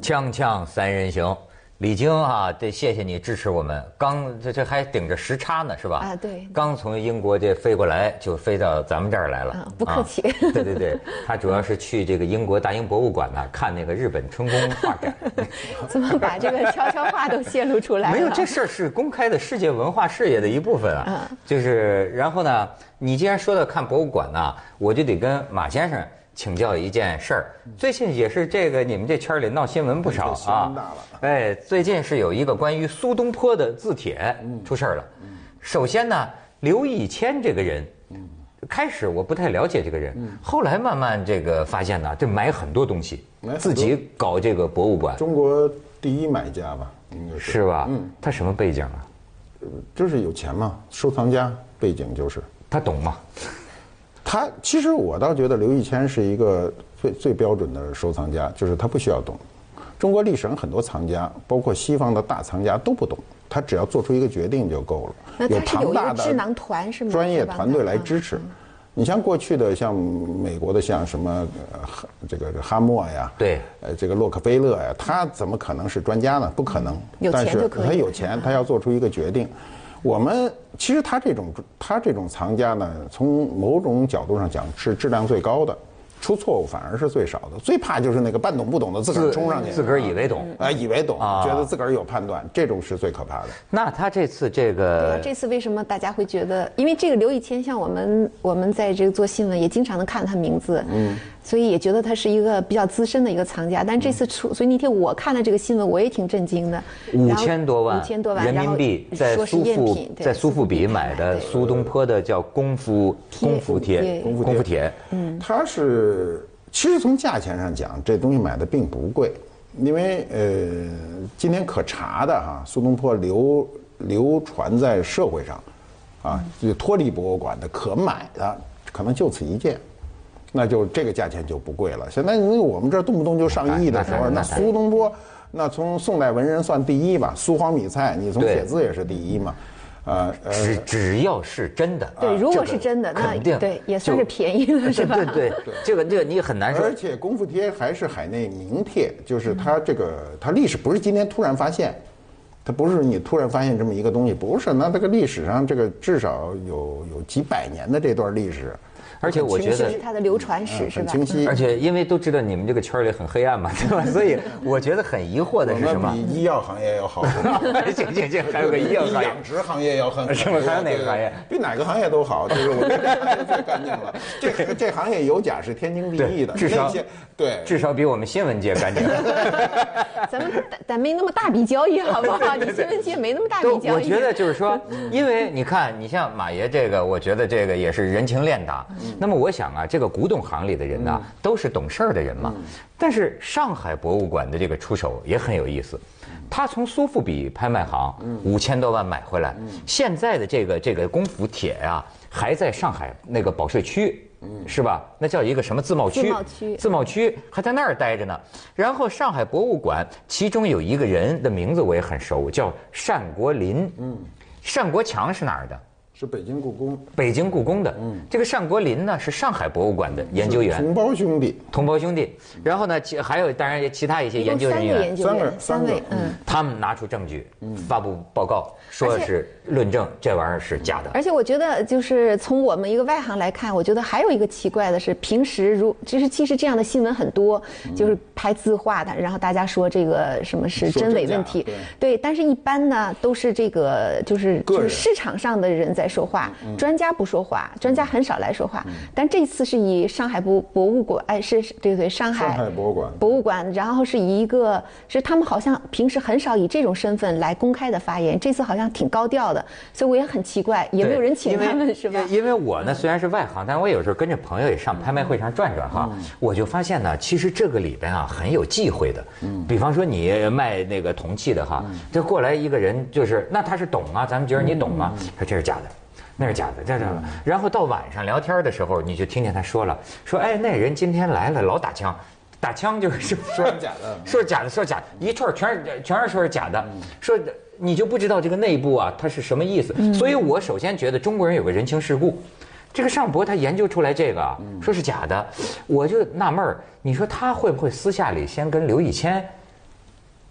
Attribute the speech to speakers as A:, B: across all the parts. A: 锵锵三人行，李菁啊，得谢谢你支持我们。刚这这还顶着时差呢，是吧？
B: 啊对
A: 刚从英国这飞过来，就飞到咱们这儿来了。
B: 啊不客气
A: 啊对对对，他主要是去这个英国大英博物馆呢，看那个日本春宫画展。
B: 怎么把这个悄悄话都泄露出来了？
A: 没有这事儿是公开的世界文化事业的一部分啊。就是然后呢，你既然说到看博物馆呢、我就得跟马先生请教一件事儿。最近也是这个你们这圈儿里闹新闻不少
C: 这嗯新闻大
A: 啊
C: 了。
A: 哎，最近是有一个关于苏东坡的字帖
C: 嗯
A: 出事儿了。首先呢，刘以谦这个人。
C: 嗯
A: 开始我不太了解这个人，后来慢慢这个发现呢，这买很多东西
C: 买，很
A: 自己搞这个博物馆，
C: 中国第一买家吧，应该是，
A: 是吧？他什么背景啊？
C: 就是有钱嘛，收藏家背景就是。
A: 他懂吗？
C: 他其实我倒觉得刘义谦是一个最最标准的收藏家，就是他不需要懂。中国历史上很多藏家，包括西方的大藏家都不懂，他只要做出一个决定就够了。
B: 那他是有
C: 庞
B: 一个
C: 大的
B: 智囊团是吗
C: 专业
B: 这帮
C: 团队
B: 人
C: 来
B: 啊
C: 支持。你像过去的像美国的像什么呃哈这个哈默呀，
A: 对
C: 呃这个洛克菲勒呀，他怎么可能是专家呢？不可能。
B: 有钱
C: 但
B: 就是可以
C: 他有钱，他要做出一个决定。我们其实他这种他这种藏家呢，从某种角度上讲是质量最高的，出错误反而是最少的。最怕就是那个半懂不懂的自个儿冲上去，
A: 自个儿以为
B: 嗯
A: 懂。
C: 啊、以为懂，
A: 啊
C: 觉得自个儿有判断，这种是最可怕的。
A: 那他这次这
B: 对啊
A: 个
B: 这次为什么大家会觉得？因为这个刘以谦，像我们我们在这个做新闻也经常能看他名字，嗯，所以也觉得他是一个比较资深的一个藏家。但这次出，所以那天我看了这个新闻，我也挺震惊的。
A: 嗯五千多万
B: 五千多万
A: 人民币，
B: 然后
A: 在
B: 说是
A: 苏
B: 赝
A: 富
B: 品，对
A: 在苏富比买的
B: 对
A: 苏东坡的叫《功夫
B: 贴
A: 功夫帖》
B: 对
A: 功
B: 功嗯
A: 夫
C: 夫
A: 帖
C: 帖
A: 功夫帖，
C: 它是其实从价钱上讲，这东西买的并不贵，因为呃，今天可查的哈、苏东坡流流传在社会上，啊，就脱离博物馆的可买的可能就此一件。那就这个价钱就不贵了。现在那我们这儿动不动就上亿的时
A: 那
C: 候，
A: 当然
C: 那
A: 那当然
C: 苏东坡，那从宋代文人算第一吧，苏黄米蔡，你从
A: 对
C: 写字也是第一嘛，呃呃，
A: 只只要是真的，
B: 对，
A: 啊
B: 如果
A: 这
B: 是
A: 个
B: 真的，那
A: 肯定
B: 对也算 是
A: 就
B: 便宜了，是吧？
A: 对 对对，这个这个你很难说
C: 而。且功夫贴还是海内名帖，
B: 嗯
C: 就是它这个它历史不是今天突然发现，它不是你突然发现这么一个东西，不是。那这个历史上这个至少有有几百年的这段历史，
A: 而且我觉
C: 很
A: 得啊
B: 这
C: 清晰
B: 是他的流传史，
C: 嗯
B: 是
C: 很
B: 吧？
C: 清晰。
A: 而且因为都知道你们这个圈儿里很黑暗嘛，对吧？所以我觉得很疑惑的
C: 我
A: 是什
C: 们
A: 么？
C: 比医药行业要好，
A: 这这这 还有个医药
C: 比
A: 行业
C: 养殖行业要 很
A: 是吗还有哪个行业？
C: 比哪个行业都好，就是我觉得这行业最干净了。这个这行业有甲是天经地义的，
A: 对至少
C: 那些对
A: 至少比我们新闻界干净。
B: 咱们咱咱没那么大笔交易，好不 好？你新闻界没那么大笔
A: 都
B: 交易。
A: 我觉得就是说，因为你看，你像马爷这个，我觉得这个也是人情练达。那么我想啊，这个古董行里的人呢、都是懂事儿的人嘛。但是上海博物馆的这个出手也很有意思，他从苏富比拍卖行五千多万买回来，现在的这个这个功夫帖啊，还在上海那个保税区。是吧？那叫一个什么自贸区？
B: 自贸区
A: 自贸区还在那儿待着呢。然后上海博物馆，其中有一个人的名字我也很熟，叫单国林。嗯，单国强是哪儿的？
C: 是北京故宫
A: 北京故宫的。嗯，这个单国林呢是上海博物馆的研究
B: 嗯
A: 员，
C: 同胞兄弟。
A: 同胞兄弟。然后呢，其还有当然也其他一些
B: 一
A: 研
B: 共
A: 究人
B: 三个研嗯
A: 员，
B: 究
C: 三
B: 员
C: 个，
B: 三
C: 三个
B: 位，嗯。
A: 他们拿出证据，发布报告，说是论证这玩意儿是假的。
B: 而且我觉得，就是从我们一个外行来看，我觉得还有一个奇怪的是，平时如就是其实这样的新闻很多，
C: 嗯
B: 就是拍字画的，然后大家说这个什么是
C: 说
B: 真伪
C: 真假
B: 问题
C: 对，
B: 对，但是一般呢都是这个就是
C: 个
B: 就是
C: 人嗯
B: 市场上的人在说话，专家不说话，专家很少来说话，但这次是以上海博博物馆，哎，是是对对，上海
C: 上海博物馆
B: 博物馆，然后是以一个是他们好像平时很少以这种身份来公开的发言，这次好像挺高调的，所以我也很奇怪，也没有
A: 对
B: 人请
A: 因为
B: 他们是吧？嗯
A: 因因为我呢虽然是外行，但我有时候跟着朋友也上拍卖会上转转哈，
B: 嗯
A: 我就发现呢，其实这个里边啊很有忌讳的。
B: 嗯
A: 比方说你卖那个铜器的哈，这过来一个人就是，那他是懂啊，咱们觉得你懂
B: 嗯
A: 啊，他说这是假的。那是假的，这是假的。然后到晚上聊天的时候，你就听见他说了，说哎，那人今天来了，老打枪，打枪就是
C: 说是假的
A: 说是假的，说是假的，一串儿全是全是说是假的，
B: 嗯
A: 说你就不知道这个内部啊，它是什么意思。
B: 嗯
A: 所以我首先觉得中国人有个人情世故，这个尚博他研究出来这个啊，
B: 嗯
A: 说是假的，我就纳闷儿，你说他会不会私下里先跟刘以谦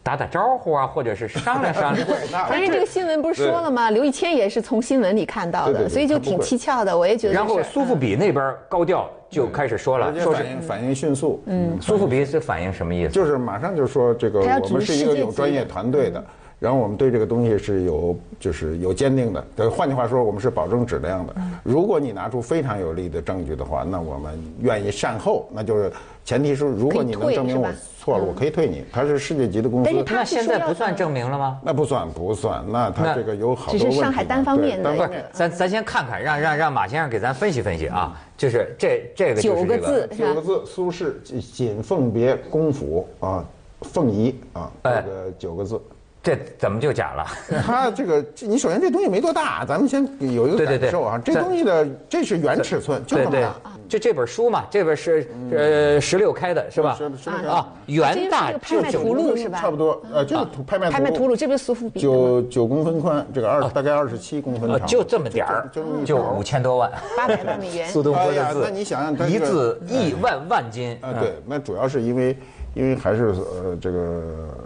A: 打打招呼啊，或者是商量 商量。
B: 但是这个新闻不是说了吗？刘一谦也是从新闻里看到的，
C: 对对对
B: 所以就
C: 他不
B: 挺
C: 会
B: 蹊跷的。我也觉得是。
A: 然后苏富
B: 嗯
A: 比那边高调就开始说了，
C: 而且
A: 说是
C: 反应反应迅速，嗯，
A: 苏富比是反映什么意思？
C: 就是马上就说这个
B: 他要
C: 我
B: 指
C: 们是一个
B: 世界
C: 有
B: 级
C: 专业
B: 的嗯
C: 团队的，然后我们对这个东西是有就是有坚定的，对，换句话说，我们是保证质量的。
B: 嗯
C: 如果你拿出非常有力的证据的话，那我们愿意善后，那就是前提是如
B: 可
C: 果
B: 以
C: 你能
B: 退
C: 证明
B: 是
C: 我
B: 吧嗯
C: 错了，我可以退你。它是世界级的公司
B: 但是，他
A: 那现在不算
B: 是说要
A: 证明了吗？
C: 那不算不算，那
A: 那
C: 它这个有好
B: 只是
C: 多问题
B: 上
C: 嘛。
B: 海单方
C: 对
B: 面的
C: 单
B: 一
A: 不
C: 方
A: 是
B: 个，
A: 咱咱先看看，让让让马先生给咱分析分析
C: 嗯
A: 啊。就是这这个就是
B: 九个
A: 这
B: 字是
C: 九
B: 吧
C: 个？字，苏轼锦锦凤别公府啊，凤仪啊，这
A: 哎
C: 个九个字。
A: 这怎么就假 了？
C: 它这个，这你首先这东西没多大，咱们先有一
A: 对对
C: 个
A: 对
C: 感受啊，
A: 在
C: 这东西的这是原尺寸，就
A: 对
C: 这么
A: 对
C: 大，，
A: 就这本书嘛，这本是
C: 嗯
A: 呃十六开的是吧
C: 是？是是
A: 啊，元大
B: 这
A: 至
B: 个是一个拍卖
A: 九
B: 图录是吧
C: 差不多，呃，
A: 啊
C: 就是图拍卖
B: 拍卖图录，这不是苏富比的吗
C: 九九公分宽，这个二大概二十七公分
A: 呃啊
C: 长，
A: 就这么点儿
C: 就就这么，一
A: 就
C: 条
A: 五千多 万。
B: 八百万美元？
A: 苏东坡
C: 哎
A: 的
C: 呀
A: 字，
C: 那你想想他这
A: 一
C: 个嗯
A: 字亿万万嗯金。
C: 啊，对，那主要是因为因为还是呃这个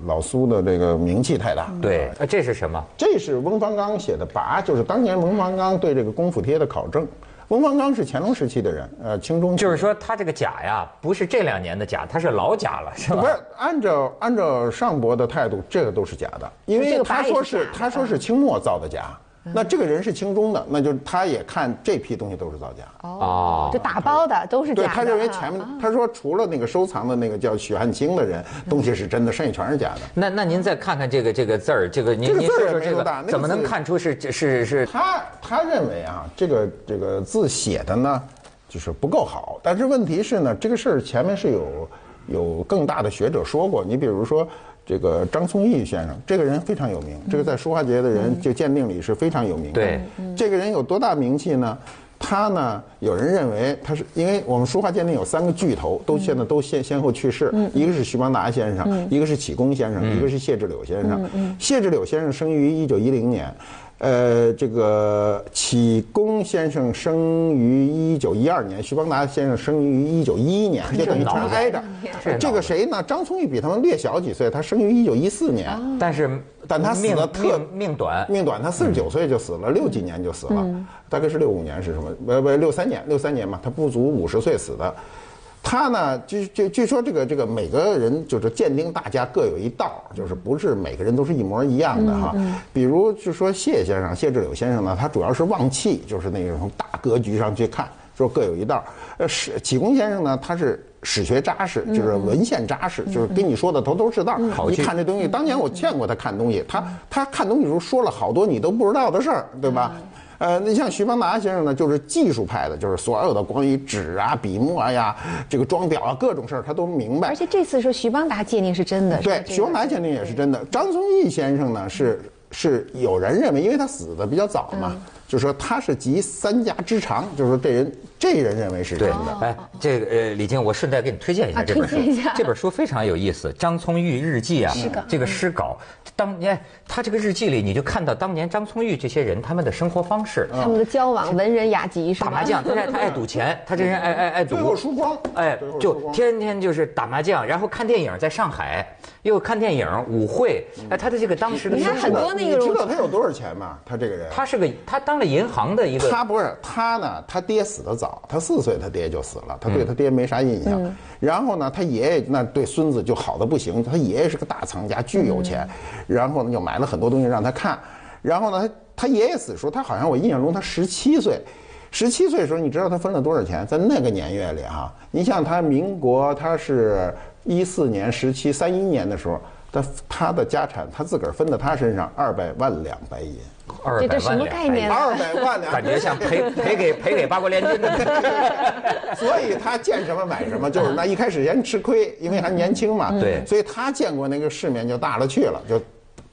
C: 老苏的这个名气太大，
A: 对，呃这是什么？
C: 这是翁方刚写的《跋》，就是当年翁方刚对这个功夫帖的考证。翁方刚是乾隆时期的人，呃，清中期
A: 就是说他这个假呀，不是这两年的假，他是老假了，是吧
C: 不？是按照按照上博的态度，这个都是假的，因
B: 这
C: 为
B: 个
C: 他
B: 牌也
C: 说
B: 是假的嗯
C: 他说是清末造的假，那这个人是清中的，那就是他也看这批东西都是造假。
A: 哦
B: 就打包的都是假
C: 对
B: 的。啊嗯
C: 他认为
B: 哈
C: 前面他说除了那个收藏的那个叫许汉清的人，
B: 嗯
C: 东西是真的，剩下全是假的。
A: 那那您再看看这个这个字儿，这个您
C: 这个
A: 您
C: 字儿
A: 说
C: 也
A: 说
C: 没
A: 这
C: 多大那
A: 个
C: 个
A: 怎么能
C: 字
A: 看出是是是
C: 他他认为啊，这个这个字写的呢，就是不够好。但是问题是呢，这个事儿前面是有有更大的学者说过。你比如说这个张松义先生，这个人非常有名，这个在书画界的人就鉴定里是非常有名的。
A: 嗯对，
C: 这个人有多大名气呢？他呢？有人认为他是因为我们书画鉴定有三个巨头，都现在都先先后去世，一个是徐邦达先生，一个是启功先生，
A: 嗯
C: 一个是谢志柳先生。谢志柳先生生于一九一零年，呃，这个启功先生生于一九一二年，徐邦达先生生于一九一一年，就等于全
A: 脑子
C: 挨着
A: 这脑。
C: 这
A: 子
C: 个谁呢？张聪玉比他们略小几岁，他生于一九一四年。
A: 但是，
C: 但他死
A: 命
C: 得特
A: 命命短，
C: 命短，他四十九岁就死了，六几年就死了，大概是六五年是什么？不不，六三年，六三年嘛，他不足五十岁死的。他呢，据据据说这个这个每个人就是鉴定大家各有一道，就是不是每个人都是一模一样的哈。比如就说谢先生、谢志柳先生呢，他主要是望气，就是那种大格局上去看，说各有一道。呃，史启功先生呢，他是史学扎实，就是文献扎实，就是跟你说的头头是道。
A: 好
C: 你
A: 去
C: 看这东西，当年我见过他看东西，他他看东西时候说了好多你都不知道的事儿，对吧？
B: 嗯
C: 呃，那像徐邦达先生呢，就是技术派的，就是所有的关于纸啊、笔墨呀、这个装裱啊各种事儿，他都明白
B: 而。且这次说徐邦达鉴定是真的，是吧
C: 对，徐邦达鉴定也是真的。张宗义先生呢，是是有人认为，因为他死的比较早
B: 嗯
C: 嘛，就说他是集三家之长，就是说这人这人认为是真
A: 对
C: 的。，
A: 哎，这个呃，李静，我顺带给你推荐一下
B: 哦啊
A: 这本书
B: 推荐一下。嗯
A: 这本书非常有意思，《张聪玉日记》啊，这个诗稿，当年他这个日记里，你就看到当年张聪玉这些人他们的生活方式，
C: 嗯啊
B: 他们的交往，文人雅集是吧？
A: 打麻将，他爱他爱赌钱，他这人爱爱爱赌
C: 最。后输光，
A: 哎
C: 最后，输
A: 就
C: 光
A: 天天就是打麻将，然后看电影，在上海又看电影舞会，
C: 嗯
A: 哎，他的这个当时的
B: 你看
A: 生
B: 很
A: 活
B: 多那
C: 你
B: 个
C: 知道他有多少钱吗？他这个人，
A: 他是个他当了银行的一个
C: 他不是他呢，他爹死得早，他四岁他爹就死了，他对他爹没啥印象。然后呢，他爷爷那对孙子就好的不行，他爷爷是个大藏家，巨有钱，然后呢就买了很多东西让他看。然后呢，他他爷爷死的时候，他好像我印象中他十七岁。十七岁的时候，你知道他分了多少钱？在那个年月里哈、你像他民国，他是一四年、十七、三一年的时候，他他的家产他自个儿分到他身上二百万两白银，
A: 二
B: 这
A: 百
B: 这什
A: 万
B: 么
A: 两
B: 概
A: 白
B: 念
A: 银
B: 呢
C: 二百万两白
A: 感
C: 银，
A: 觉像 赔赔给赔给八国联军的。
C: 所以他见什么买什么，就是那一开始先吃亏，因为还年轻嘛。
A: 嗯对
C: 所以他见过那个世面就大了去了。就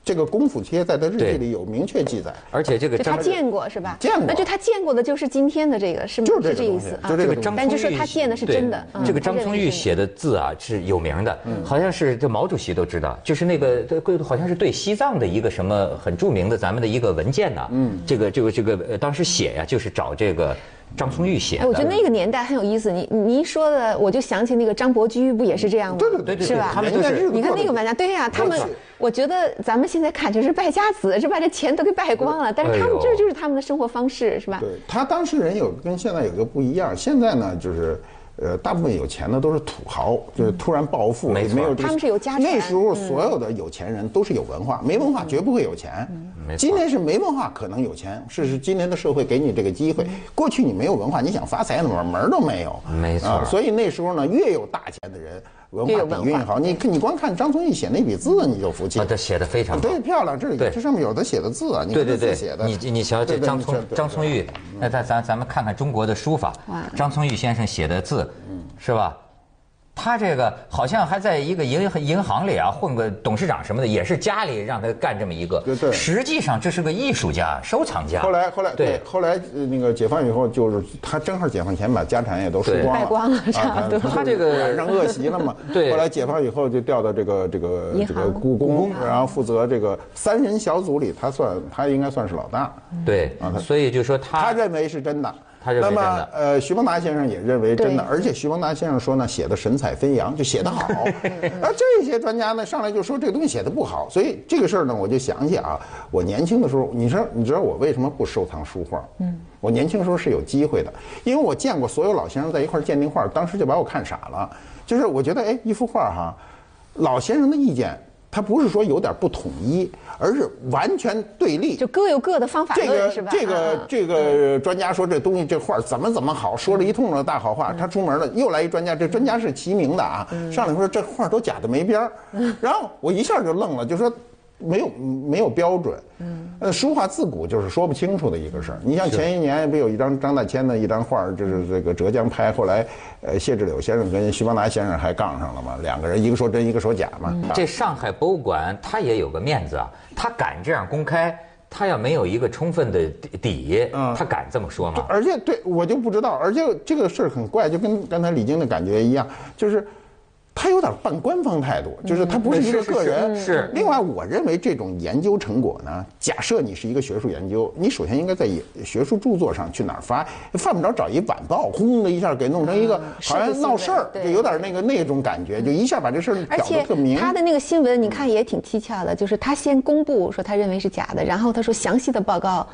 C: 这个功夫贴在他日
A: 对
C: 记里有明确记载，
A: 而且这个
B: 就他
A: 张
B: 见过是吧？
C: 见过
B: 那就他见过的就是今天的这个是吗？
C: 就是这
B: 是
C: 个
B: 这意
C: 东西
B: 思，啊。
C: 就这个东
A: 张
C: 西。
B: 但就
A: 聪
B: 说
A: 玉
B: 他见的是
A: 对
B: 真的嗯
A: 这个
B: 他
A: 张
B: 认为
A: 聪
B: 是
A: 玉
B: 真的嗯
A: 写的字啊是有名的，好像是这毛主席都知道，就是那个对好像是对西藏的一个什么很著名的咱们的一个文件呐、嗯，这个这个这个呃当时写呀、就是找这个张松玉写的。
B: 哎，我觉得那个年代很有意思。你你一说的，我就想起那个张伯驹，不也是这样吗？
C: 对对
A: 对对
B: 是吧？
A: 他们就是
B: 你看那个玩家，对呀、他们
C: 我去，
B: 我觉得咱们现在看这是败家子，是把这钱都给败光了，但是他
A: 哎
B: 们
A: 呦
B: 这就是他们的生活方式， 是吧？
C: 对他当时人有跟现在有个不一样，现在呢就是，呃，大部分有钱的都是土豪，就是突然暴富，
A: 没错
C: 有这个
B: 他们是有家产嗯
C: 那时候所有的有钱人都是有文化，没文化绝不会有钱。
A: 没错
C: 今天是没文化可能有钱，是是今天的社会给你这个机
A: 嗯
C: 会。过去你没有文化，你想发财怎么门儿都没有。
A: 没错
C: 啊所以那时候呢，越有大钱的人，文
B: 越有
C: 化
B: 文
C: 底蕴
B: 化
C: 好。你你光看张宗义写那笔字，你就服气
A: 啊，。他写的非常好。
C: 对，漂亮，这里
A: 对
C: 这上面有的写的字啊，你
A: 对
C: 看
A: 对
C: 这字
A: 对
C: 写，的，
A: 你你瞧
C: 对
A: 这
C: 对
A: 张
C: 你
A: 松
C: 这
A: 张松玉，那咱咱咱们看看中国的书法
B: 哇，
A: 张松玉先生写的字，
C: 嗯
A: 是吧？他这个好像还在一个银银行里啊混个董事长什么的，也是家里让他干这么一个。
C: 对对
A: 实际上这是个艺术家、收藏家。
C: 后来，后来，
A: 对
C: 后来呃那个解放以后，就是他正好解放前把家产也都输
A: 对
C: 光了，
B: 败光了
C: 啊
B: 差不多
C: 他
A: 他这个。
C: 染上恶习了嘛
A: 对
C: 后来解放以后就调到这个这个
B: 银行嗯
C: 这个故宫，然后负责这个三人小组里，他算他应该算是老大，
A: 对，所以就说
C: 啊他
A: 他
C: 认为是真的。
A: 他认为
C: 那
A: 真
C: 么
A: 的，
C: 呃，徐邦达先生也认为真的，
B: 对
C: 而且徐邦达先生说呢，写的神采飞扬，就写得好。 而这些专家呢，上来就说这个东西写的不好，所以这个事儿呢，我就想起啊，我年轻的时候，你说你知道我为什么不收藏书画？嗯，我年轻时候是有机会的，因为我见过所有老先生在一块儿鉴定画，当时就把我看傻了。就是我觉得，哎，一幅画哈，老先生的意见，他不是说有点不统一，而是完全对立。
B: 就各有各的方法
C: 这
B: 论，
C: 个
B: 是吧？
C: 这
B: 啊
C: 个
B: 啊
C: 这个专家说这东西这画怎么怎么好，说了一通的大好
B: 嗯
C: 话。他出门了，又来一专家，这专家是齐名的啊。上来说这画都假的没边儿，
B: 嗯
C: 然后我一下就愣了，就说没有没有标准。
B: 嗯
C: 呃，书画自古就是说不清楚的一个事儿。你像前一年不有一张张大千的一张画儿，就是这个浙江拍，后来呃谢志柳先生跟徐邦达先生还杠上了嘛，两个人一个说真一个说假嘛。
B: 嗯
C: 啊
A: 这上海博物馆他也有个面子啊，他敢这样公开，他要没有一个充分的底底，
C: 嗯
A: 他敢这么说吗？
C: 而且对我就不知道，而且这个事儿很怪，就跟刚才李菁的感觉一样，就是他有点半官方态度，就是
B: 嗯
C: 他不是一个个人。
A: 是是是是
C: 另外，我认为这种研究成果呢，假设你是一个学术研究，你首先应该在也学术著作上去哪儿发，犯不着找一晚报，轰的一下给弄成一
B: 嗯
C: 个好
B: 社会
C: 像
B: 新
C: 闹
B: 闻
C: 事儿，
B: 对嗯
C: 就有点那个那种感觉，就一下把这事儿
B: 而
C: 搞
B: 且
C: 得特明。
B: 他的那个新闻，你看也挺蹊跷的，就是他先公布说他认为是假的，然后他说详细的报告，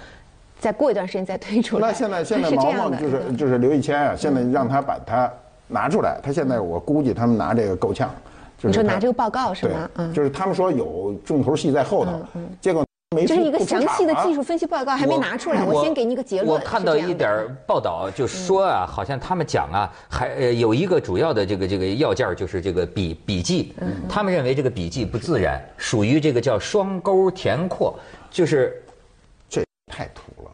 B: 再过一段时间再推出来。啊
C: 那现在现在
B: 是这
C: 毛
B: 样
C: 毛
B: 的嗯
C: 就是就是刘一谦啊，现在让他把他拿出来，他现在我估计他们拿这个够呛。就是
B: 你说
C: 他
B: 拿这个报告是
C: 对
B: 吗？，嗯，
C: 就是他们说有重头戏在后头，结果没
B: 就是一个
C: 不出
B: 详细的
C: 场啊
B: 技术分析报告还没拿出来，我先给你一个结论。
A: 我看到
B: 是这样
A: 一
B: 的啊嗯
A: 点儿报道，就说啊，好像他们讲啊，还呃有一个主要的这个这个要件儿就是这个笔笔迹，
B: 嗯
A: 他们认为这个笔迹不自然，属于这个叫双钩填扩，就是
C: 这 太土了。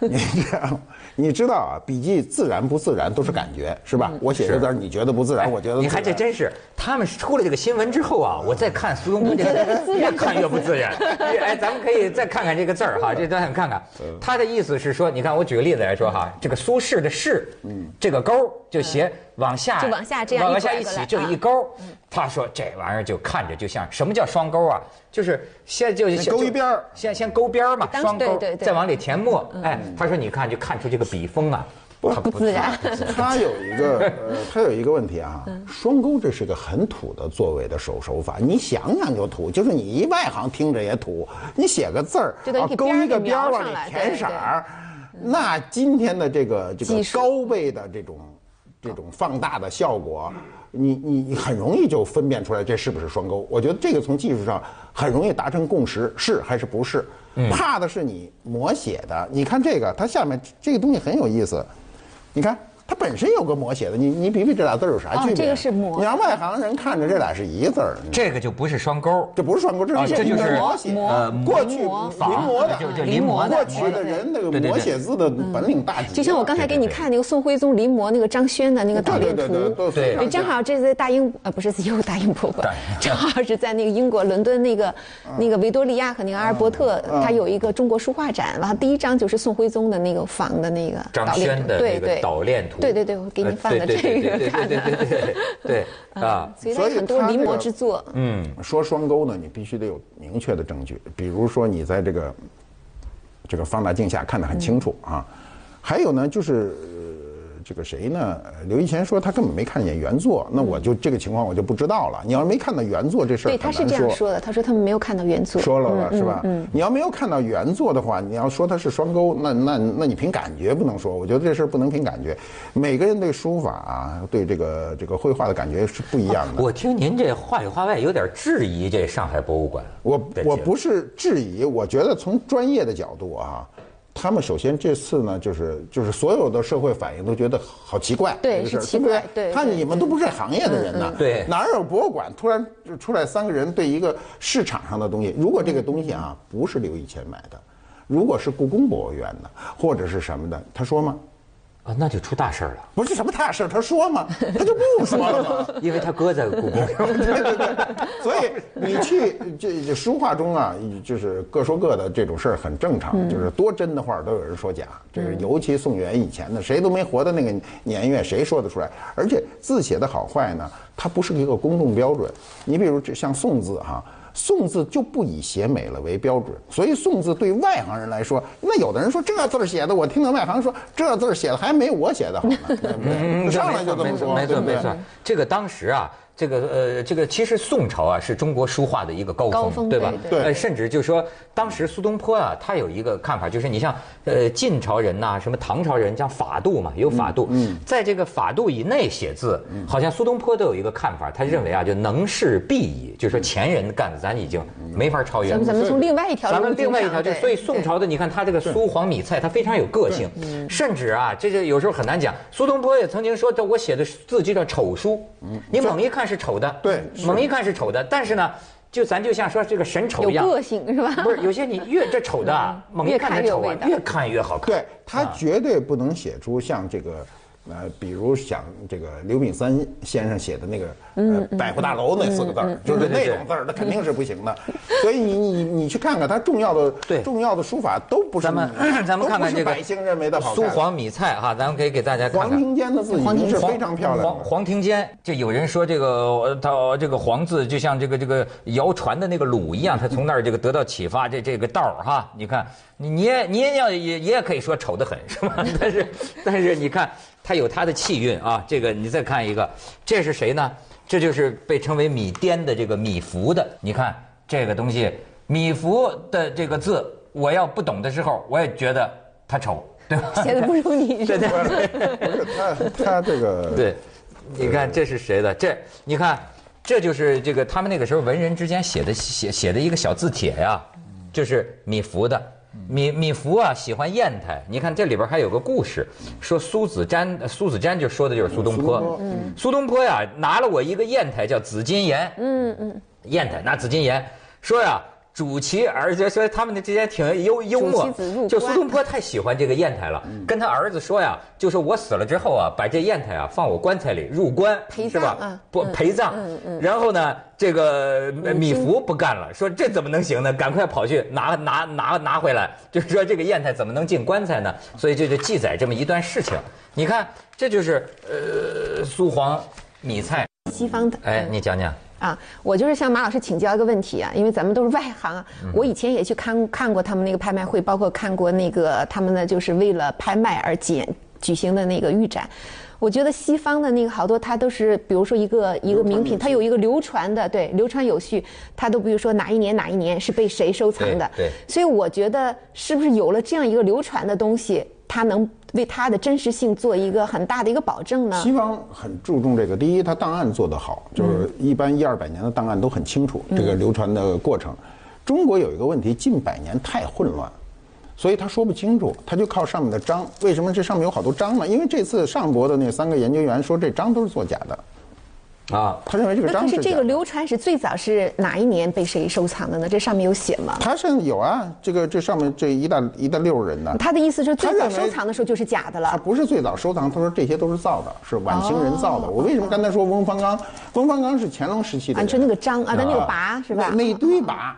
C: 你知道，你知道啊，笔记自然不自然都是感觉，是
B: 嗯
C: 吧？我写这字儿，你觉得不自哎然，我觉得
A: 你
C: 自
A: 还这
C: 然
A: 真是，他们出了这个新闻之后啊，我再看苏东坡这个，
C: 嗯
A: 越看越不自然。越哎，咱们可以再看看这个字儿
C: 嗯
A: 哈，这咱想看看，他的意思是说，你看我举个例子来说哈，这个苏轼的轼，
C: 嗯
A: 这个勾儿就斜往下，
B: 就往下这样
A: 往
B: 一
A: 下
B: 拐
A: 一
B: 过
A: 起
B: 来
A: 就
B: 啊
A: 一勾儿。他说这玩意儿就看着就像什么叫双勾啊？就是先就
C: 那勾一边儿
A: 先先勾边儿嘛，
B: 当时
A: 双勾
B: 对对，对嗯
A: 再往里填墨。哎，他说你看就看出这个笔锋啊，
C: 嗯
A: 它
B: 不自然。
A: 啊
C: 他有 一个，呃，他有一个问题啊，
B: 嗯
C: 双钩这是个很土的作为的手手法，你想想就土，就是你一外行听着也土，你写个字儿
B: 就等于
C: 啊
B: 给
C: 勾
B: 边儿
C: 一个
B: 给
C: 边儿
B: 描
C: 往
B: 上
C: 里
B: 来对
C: 填色
B: 对
C: 儿，那今天的这个这
B: 技
C: 个
B: 术
C: 高倍的这种这种放大的效果。你你你很容易就分辨出来这是不是双钩，我觉得这个从技术上很容易达成共识，是还是不是？怕的是你摹写的。你看这个，它下面这个东西很有意思，你看，它本身有个摹写的，你你比比这俩字儿有啥
B: 哦
C: 区别？啊
B: 这个是摹
C: 你让外行人看着这俩是一个字儿，
A: 这个就不是双勾。
C: 这不是双钩，这
A: 啊
C: 是
A: 这就是
C: 摹写。
B: 摹呃
C: 过去临
B: 摹
C: 摹的，
A: 就就
B: 临摹的
C: 过去的人那个
A: 对对对
C: 摹写字的本领大极了。
B: 就像我刚才给你看那个宋徽宗临摹那个张轩的那个导
C: 对
B: 练
C: 对对对
B: 图，
C: 都非常
B: 对，正好这次在大英呃不是又大英博物馆，正好是在那个英国伦敦那个那个维多利亚和那个阿尔伯特，它有一个中国书画展，然后第一张就是宋徽宗的那个仿的那个
A: 张
B: 导练
A: 轩
B: 图
A: 的
B: 对
A: 那个
B: 对
A: 导练图，
B: 对对对，我给
A: 呃
B: 你放的
A: 对
B: 这
A: 对
B: 个
A: 对
B: 嗯
A: 对对
B: 看
A: 对
B: 的，
A: 对对对对啊，
B: 所以它
C: 所以
B: 很多
C: 它
B: 临
C: 这
B: 摹
C: 个
B: 之作，
C: 嗯，说双钩呢，你必须得有明确的证据，比如说你
B: 嗯
C: 在这个这个放大镜下看得很清楚啊。还有呢，就是这个谁呢？呃刘一贤说他根本没看见原作，那我就这个情况我就不知道了。你要是没看到原作这事儿，
B: 对，他是这样说的，他说他们没有看到原作，
C: 说了吧，是吧？你要没有看到原作的话，你要说它是双钩，那那那你凭感觉不能说。我觉得这事儿不能凭感觉，每个人对书法、啊、对这个这个绘画的感觉是不一样的。
A: 我听您这话里话外有点质疑这上海博物馆。
C: 我
A: 对
C: 我
A: 这
C: 不是质疑，我觉得从专业的角度啊，他们首先这次呢，就是就是所有的社会反应都觉得好奇怪，
B: 对
C: 这个事儿
B: 是奇
C: 对不
B: 怪对
C: 他
B: 对嗯
C: 你们都不是行业的人呐，
A: 对
C: 哪有博物馆突然出来三个人对一个市场上的东西？如果这个东西啊不是刘以前买的，如果是故宫博物院的或者是什么的，他说吗？
A: 啊，那就出大事儿了，
C: 不是什么大事儿，他说吗？他就不说了吗？
A: 因为他哥在故 宫。
C: 对对对， 所以你去这这书画中啊，就是各说各的这种事儿很正常，就是多真的话都有人说假，这是尤其宋元以前的，谁都没活到那个年月，谁说得出来？而且字写的好坏呢，它不是一个公众标准。你比如这像宋字哈、宋字就不以写美了为标准，所以宋字对外行人来说，那有的人说这字儿写的，我听到外行说这字儿写的还没我写的好呢，对不对？上来就这么说，
A: 嗯没错
C: 对不对
A: 没错。这个当时啊，这个呃，这个其实宋朝啊是中国书画的一个高峰，
B: 高峰
A: 对吧？
B: 对
C: 对
A: 呃，甚至就说当时苏东坡啊，他有一个看法，就是你像呃晋朝人呐、什么唐朝人，像法度嘛，有法度，
C: 嗯
A: 在这个法度以内写字，好像苏东坡都有一个看法，他认为啊，就能事必矣，就是说前人干的，咱已经没法超越
B: 咱
A: 了
B: 们。咱们从另外一条
A: 咱
B: 路
A: 们
B: 进
A: 另外一
B: 场
A: 条就是，
B: 对嗯
A: 所以宋朝的你看他这个苏黄米蔡，他非常有个性，甚至啊，这就有时候很难讲。苏东坡也曾经说，这我写的字就叫丑书，
B: 嗯
A: 你猛一看是丑的，
C: 对
A: 猛一看是丑的，但是呢，就咱就像说这个神丑
B: 有
A: 一样，
B: 个性是吧？
A: 不是有些你越这丑的啊，猛一看这丑啊
B: 越看越有味，道
A: 越看越好看。
C: 对他
A: 啊
C: 绝对不能写出像这个，呃，比如像这个刘炳三先生写的那个
A: 嗯
C: 呃“百货大楼”那四个字儿，就是那种字儿，那肯定是不行的。所以你你你去看看他重要的
A: 对
C: 重要的书法都不是
A: 咱们 咱们看看这个
C: 都不是百姓认为的好
A: 苏
C: 看。
A: 黄米蔡哈，咱们可以给大家看
C: 黄
A: 看。
C: 庭坚的字已经是非常漂亮
A: 黄
C: 的。
A: 黄庭坚，就有人说这个呃他这个黄字就像这个这个谣传的那个鲁一样，他从那儿这个得到启发，这这个道儿哈，你看你你也你也要也也可以说丑得很是吧？但是但是你看他有他的气韵啊，这个你再看一个，这是谁呢？这就是被称为米颠的这个米芾的，你看这个东西，米芾的这个字，我要不懂的时候，我也觉得它丑，对吧？
B: 写的不如你是吧？
C: 不是他他这个
A: 对，你看这是谁的？这你看，这就是这个他们那个时候文人之间写的写写的一个小字帖呀、就是米芾的。米米芾啊，喜欢砚台。你看这里边还有个故事，说苏子瞻，呃苏子瞻就说的就是苏东
C: 苏东
A: 坡
C: 坡嗯。
A: 苏东坡呀，拿了我一个砚台，叫紫金岩。嗯嗯，砚台拿紫金岩，说呀，主其儿子，说他们之间挺幽幽默
B: 主其子入。
A: 就苏
B: 关
A: 东坡太喜欢这个砚台了，
B: 嗯
A: 跟他儿子说呀，就说我死了之后啊，把这砚台啊放我棺材里入棺，
B: 陪
A: 是
B: 葬
A: 吧
B: 啊？
A: 不陪葬。
B: 嗯
A: 然后呢，这个呃米芾不干了，说这怎么能行呢？赶快跑去拿拿拿拿回来， 就是说这个砚台怎么能进棺材呢？所以这就记载这么一段事情。你看，这就是呃苏黄米蔡，
B: 西方的，
A: 哎，你讲讲，
B: 啊，我就是向马老师请教一个问题啊，因为咱们都是外行啊。我以前也去看看过他们那个拍卖会，包括看过那个他们的就是为了拍卖而举举行的那个预展。我觉得西方的那个好多，它都是比如说一个一个名品，它有一个流传的，对，流传有序，它都比如说哪一年哪一年是被谁收藏的。
A: 对对
B: 所以我觉得是不是有了这样一个流传的东西，它能为它的真实性做一个很大的一个保证呢？
C: 西方很注重这个，第一，它档案做得好，
B: 嗯
C: 就是一般一二百年的档案都很清楚，这个流传的过程。中国有一个问题，近百年太混乱，所以他说不清楚，他就靠上面的章。为什么这上面有好多章呢？因为这次上博的那三个研究员说这章都是作假的，
A: 啊，
C: 他认为这个
B: 那可
C: 章是
B: 是
C: 假
B: 这个
C: 的。
B: 流传史最早是哪一年被谁收藏的呢？这上面有写吗？
C: 他是有啊，这个这上面这一大一大溜人呢，
B: 他的意思是最
C: 他
B: 早
C: 认为
B: 收藏的时候就是假的
C: 他
B: 了。
C: 不是最早收藏，他说这些都是造的，是晚清人造的。
B: 哦
C: 我为什么刚才说翁方刚？翁方刚是乾隆时期的
B: 啊，
C: 人。
B: 就那个章啊，他那个拔是吧啊
C: 那？那一堆拔，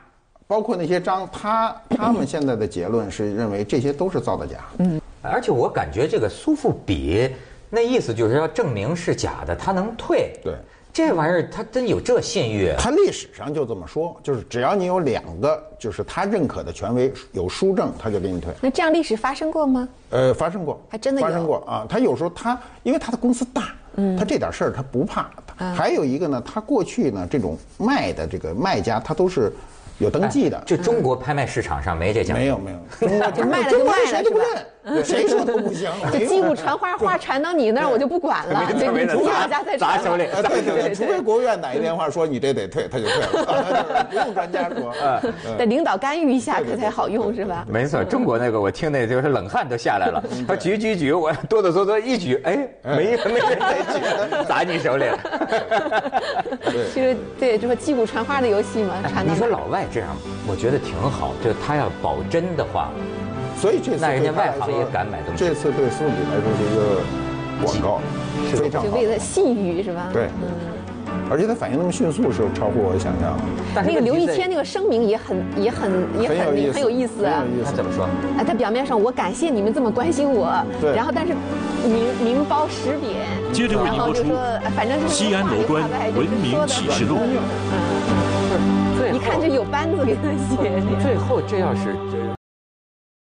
C: 包括那些章，他他们现在的结论是认为这些都是造的假。
B: 嗯
A: 而且我感觉这个苏富比那意思就是要证明是假的，他能退。
C: 对
A: 这玩意儿它真有这信誉？啊
C: 他历史上就这么说，就是只要你有两个就是他认可的权威有书证，他就给你退。
B: 那这样历史发生过吗？
C: 呃，发生过，
B: 还真的有嗯
C: 发生过啊。他有时候他因为他的公司大，他这点事儿他不怕。他还有一个呢，他过去呢这种卖的这个卖家，他都是有登记的。
A: 就中国拍卖市场上没这讲究
C: 没。有没有，中国中
B: 卖 了
C: 国
B: 就
C: 中国
B: 卖了
C: 人谁
B: 是吧
C: 都不认，谁说都不行。
B: 就
C: 没
B: 击
C: 有
B: 鼓传花，话传到你那儿，我就不管了，
A: 没
B: 就
A: 准
B: 你
A: 没
B: 自己
A: 准
B: 往家再
A: 砸
B: 传
A: 砸手里
B: 了
C: 啊，对对对，除非
B: 对，
C: 国务院哪一电话说你这得退，他就退了，不用专家说。
B: 得领导干预一下，
C: 嗯对对
B: 可
C: 对
B: 才好用是吧？
A: 没错，中国那个我听那就是冷汗都下来了。
C: 嗯
A: 他举举举，我哆哆嗦嗦一举，哎，没没人来 举，砸你手里了。
B: 就是对，这不击鼓传花的游戏
C: 哎
B: 嘛，传 到
A: 你说
B: 哪儿
A: 老外这样，我觉得挺好。就他要保真的话，
C: 所以这次
A: 那人家
C: 对他来
A: 外行
C: 说
A: 也敢买东西
C: 这次对苏比来说是一个广告，非常
B: 就
C: 好。
B: 为了信誉是吧？
C: 对，而且他反应那么迅速，是超乎我想象的，
A: 但是
B: 那个刘
A: 问
B: 一
A: 题在于
B: 谦那个声明也很也很也
C: 很有意
B: 很
C: 思，
B: 很有意思啊。
C: 很有意
A: 他
C: 思。
A: 怎么说？
B: 啊，他表面上我感谢你们这么关心我，
C: 对
B: 然后但是明明褒实贬，
D: 接着为
B: 然
D: 您
B: 后
D: 播
B: 就
D: 出
B: 说呃反正就是
D: 西安楼观文明启示录
B: 嗯，
A: 最后
B: 你看这有班子给他写的。
A: 最后这要是。这